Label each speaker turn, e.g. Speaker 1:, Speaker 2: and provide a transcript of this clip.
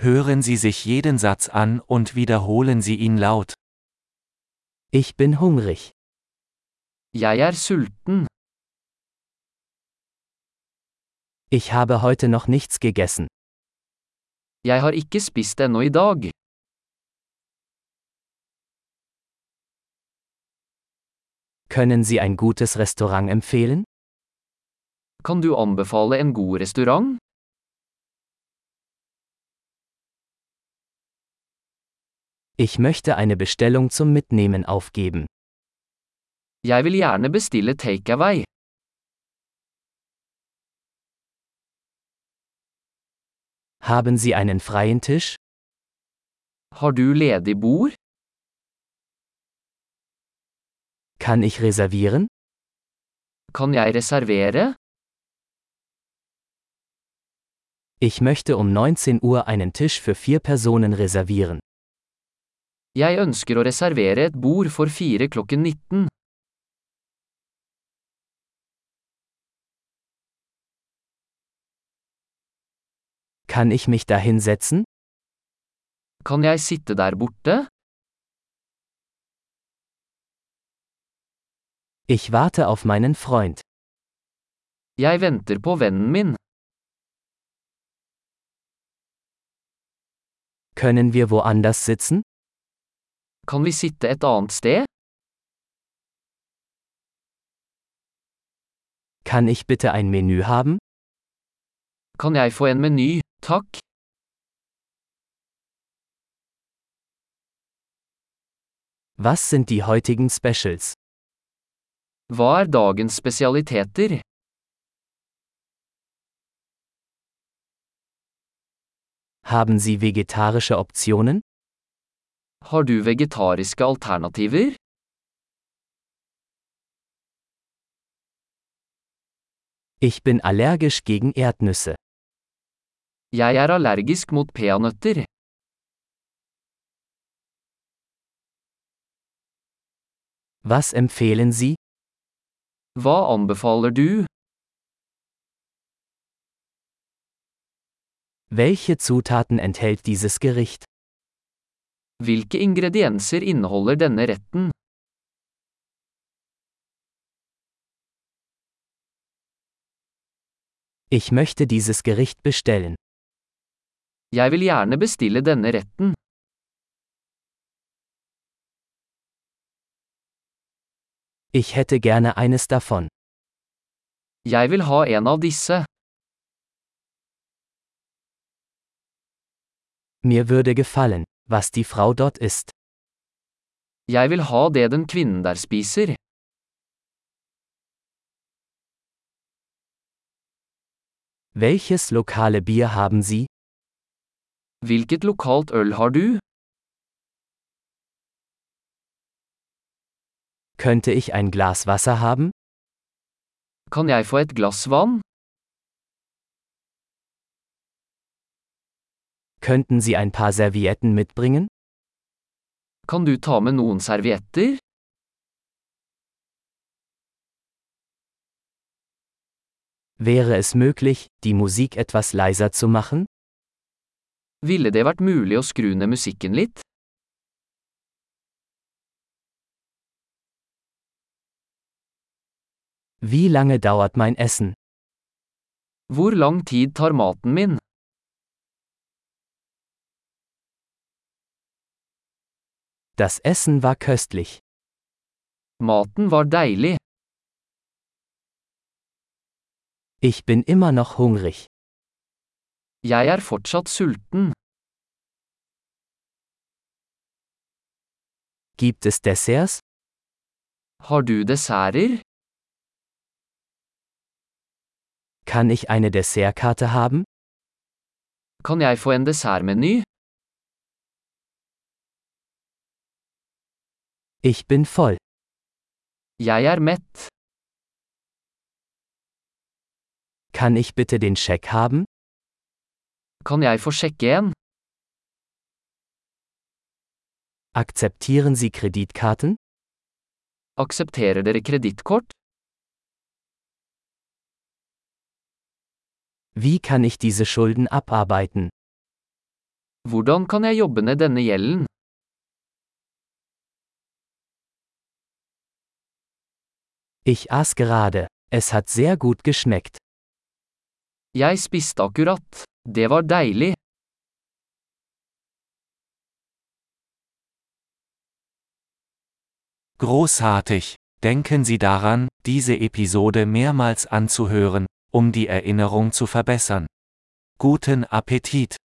Speaker 1: Hören Sie sich jeden Satz an und wiederholen Sie ihn laut.
Speaker 2: Ich bin hungrig.
Speaker 3: Jeg er sulten.
Speaker 2: Ich habe heute noch nichts gegessen.
Speaker 3: Jeg har ikke spist ennå i dag.
Speaker 2: Können Sie ein gutes Restaurant empfehlen?
Speaker 3: Kan du anbefale en god restaurant?
Speaker 2: Ich möchte eine Bestellung zum Mitnehmen aufgeben.
Speaker 3: Jeg vil gjerne bestille takeaway.
Speaker 2: Haben Sie einen freien Tisch?
Speaker 3: Har du ledig bord?
Speaker 2: Kann ich reservieren?
Speaker 3: Kan jeg reservere?
Speaker 2: Ich möchte um 19 Uhr einen Tisch für vier Personen reservieren.
Speaker 3: Jeg ønsker å reservere et bord for fire klokken 19.
Speaker 2: Kann ich mich dahin setzen?
Speaker 3: Kan jeg sitte der borte?
Speaker 2: Ich warte auf meinen Freund.
Speaker 3: Jeg venter på vennen min.
Speaker 2: Können wir woanders sitzen?
Speaker 3: Kan vi sitte et annet sted?
Speaker 2: Kann ich bitte ein Menü haben?
Speaker 3: Kan jeg få en meny, takk?
Speaker 2: Was sind die heutigen Specials?
Speaker 3: Hva er dagens spesialiteter?
Speaker 2: Haben Sie vegetarische Optionen?
Speaker 3: Har du vegetariske alternativer?
Speaker 2: Ich bin allergisch gegen Erdnüsse.
Speaker 3: Jeg er allergisk mot peanøtter.
Speaker 2: Was empfehlen Sie?
Speaker 3: Hva anbefaler du?
Speaker 2: Welche Zutaten enthält dieses Gericht?
Speaker 3: Hvilke ingredienser inneholder denne retten?
Speaker 2: Ich möchte dieses Gericht bestellen.
Speaker 3: Jeg vil gjerne bestille denne retten.
Speaker 2: Ich hätte gerne eines davon.
Speaker 3: Jeg vil ha en av disse.
Speaker 2: Mir würde gefallen, was die Frau dort isst.
Speaker 3: Jeg vil ha det den kvinnen der spiser.
Speaker 2: Welches lokale Bier haben Sie?
Speaker 3: Hvilket lokalt øl har du?
Speaker 2: Könnte ich ein Glas Wasser haben?
Speaker 3: Kan jeg få et glass vann?
Speaker 2: Könnten Sie ein paar Servietten mitbringen?
Speaker 3: Kan du ta med noen servietter?
Speaker 2: Wäre es möglich, die Musik etwas leiser zu machen?
Speaker 3: Ville det vært mulig å skru ned musikken litt?
Speaker 2: Wie lange dauert mein Essen?
Speaker 3: Hvor lang tid tar maten min?
Speaker 2: Das Essen war köstlich.
Speaker 3: Maten var deilig.
Speaker 2: Ich bin immer noch hungrig.
Speaker 3: Jeg er fortsatt sulten.
Speaker 2: Gibt es Desserts?
Speaker 3: Har du desserter?
Speaker 2: Kann ich eine Dessertkarte haben?
Speaker 3: Kan jeg få en dessertmeny?
Speaker 2: Ich bin voll.
Speaker 3: Jeg er mett.
Speaker 2: Kann ich bitte den Scheck haben?
Speaker 3: Kan jeg få sjekke en?
Speaker 2: Akzeptieren Sie Kreditkarten?
Speaker 3: Aksepterer dere kredittkort?
Speaker 2: Wie kann ich diese Schulden abarbeiten?
Speaker 3: Hvordan kan jeg jobbe ned denne gjelden?
Speaker 4: Ich aß gerade. Es hat sehr gut geschmeckt.
Speaker 3: Jeg spiste akkurat. Det var deilig.
Speaker 2: Großartig! Denken Sie daran, diese Episode mehrmals anzuhören, um die Erinnerung zu verbessern. Guten Appetit!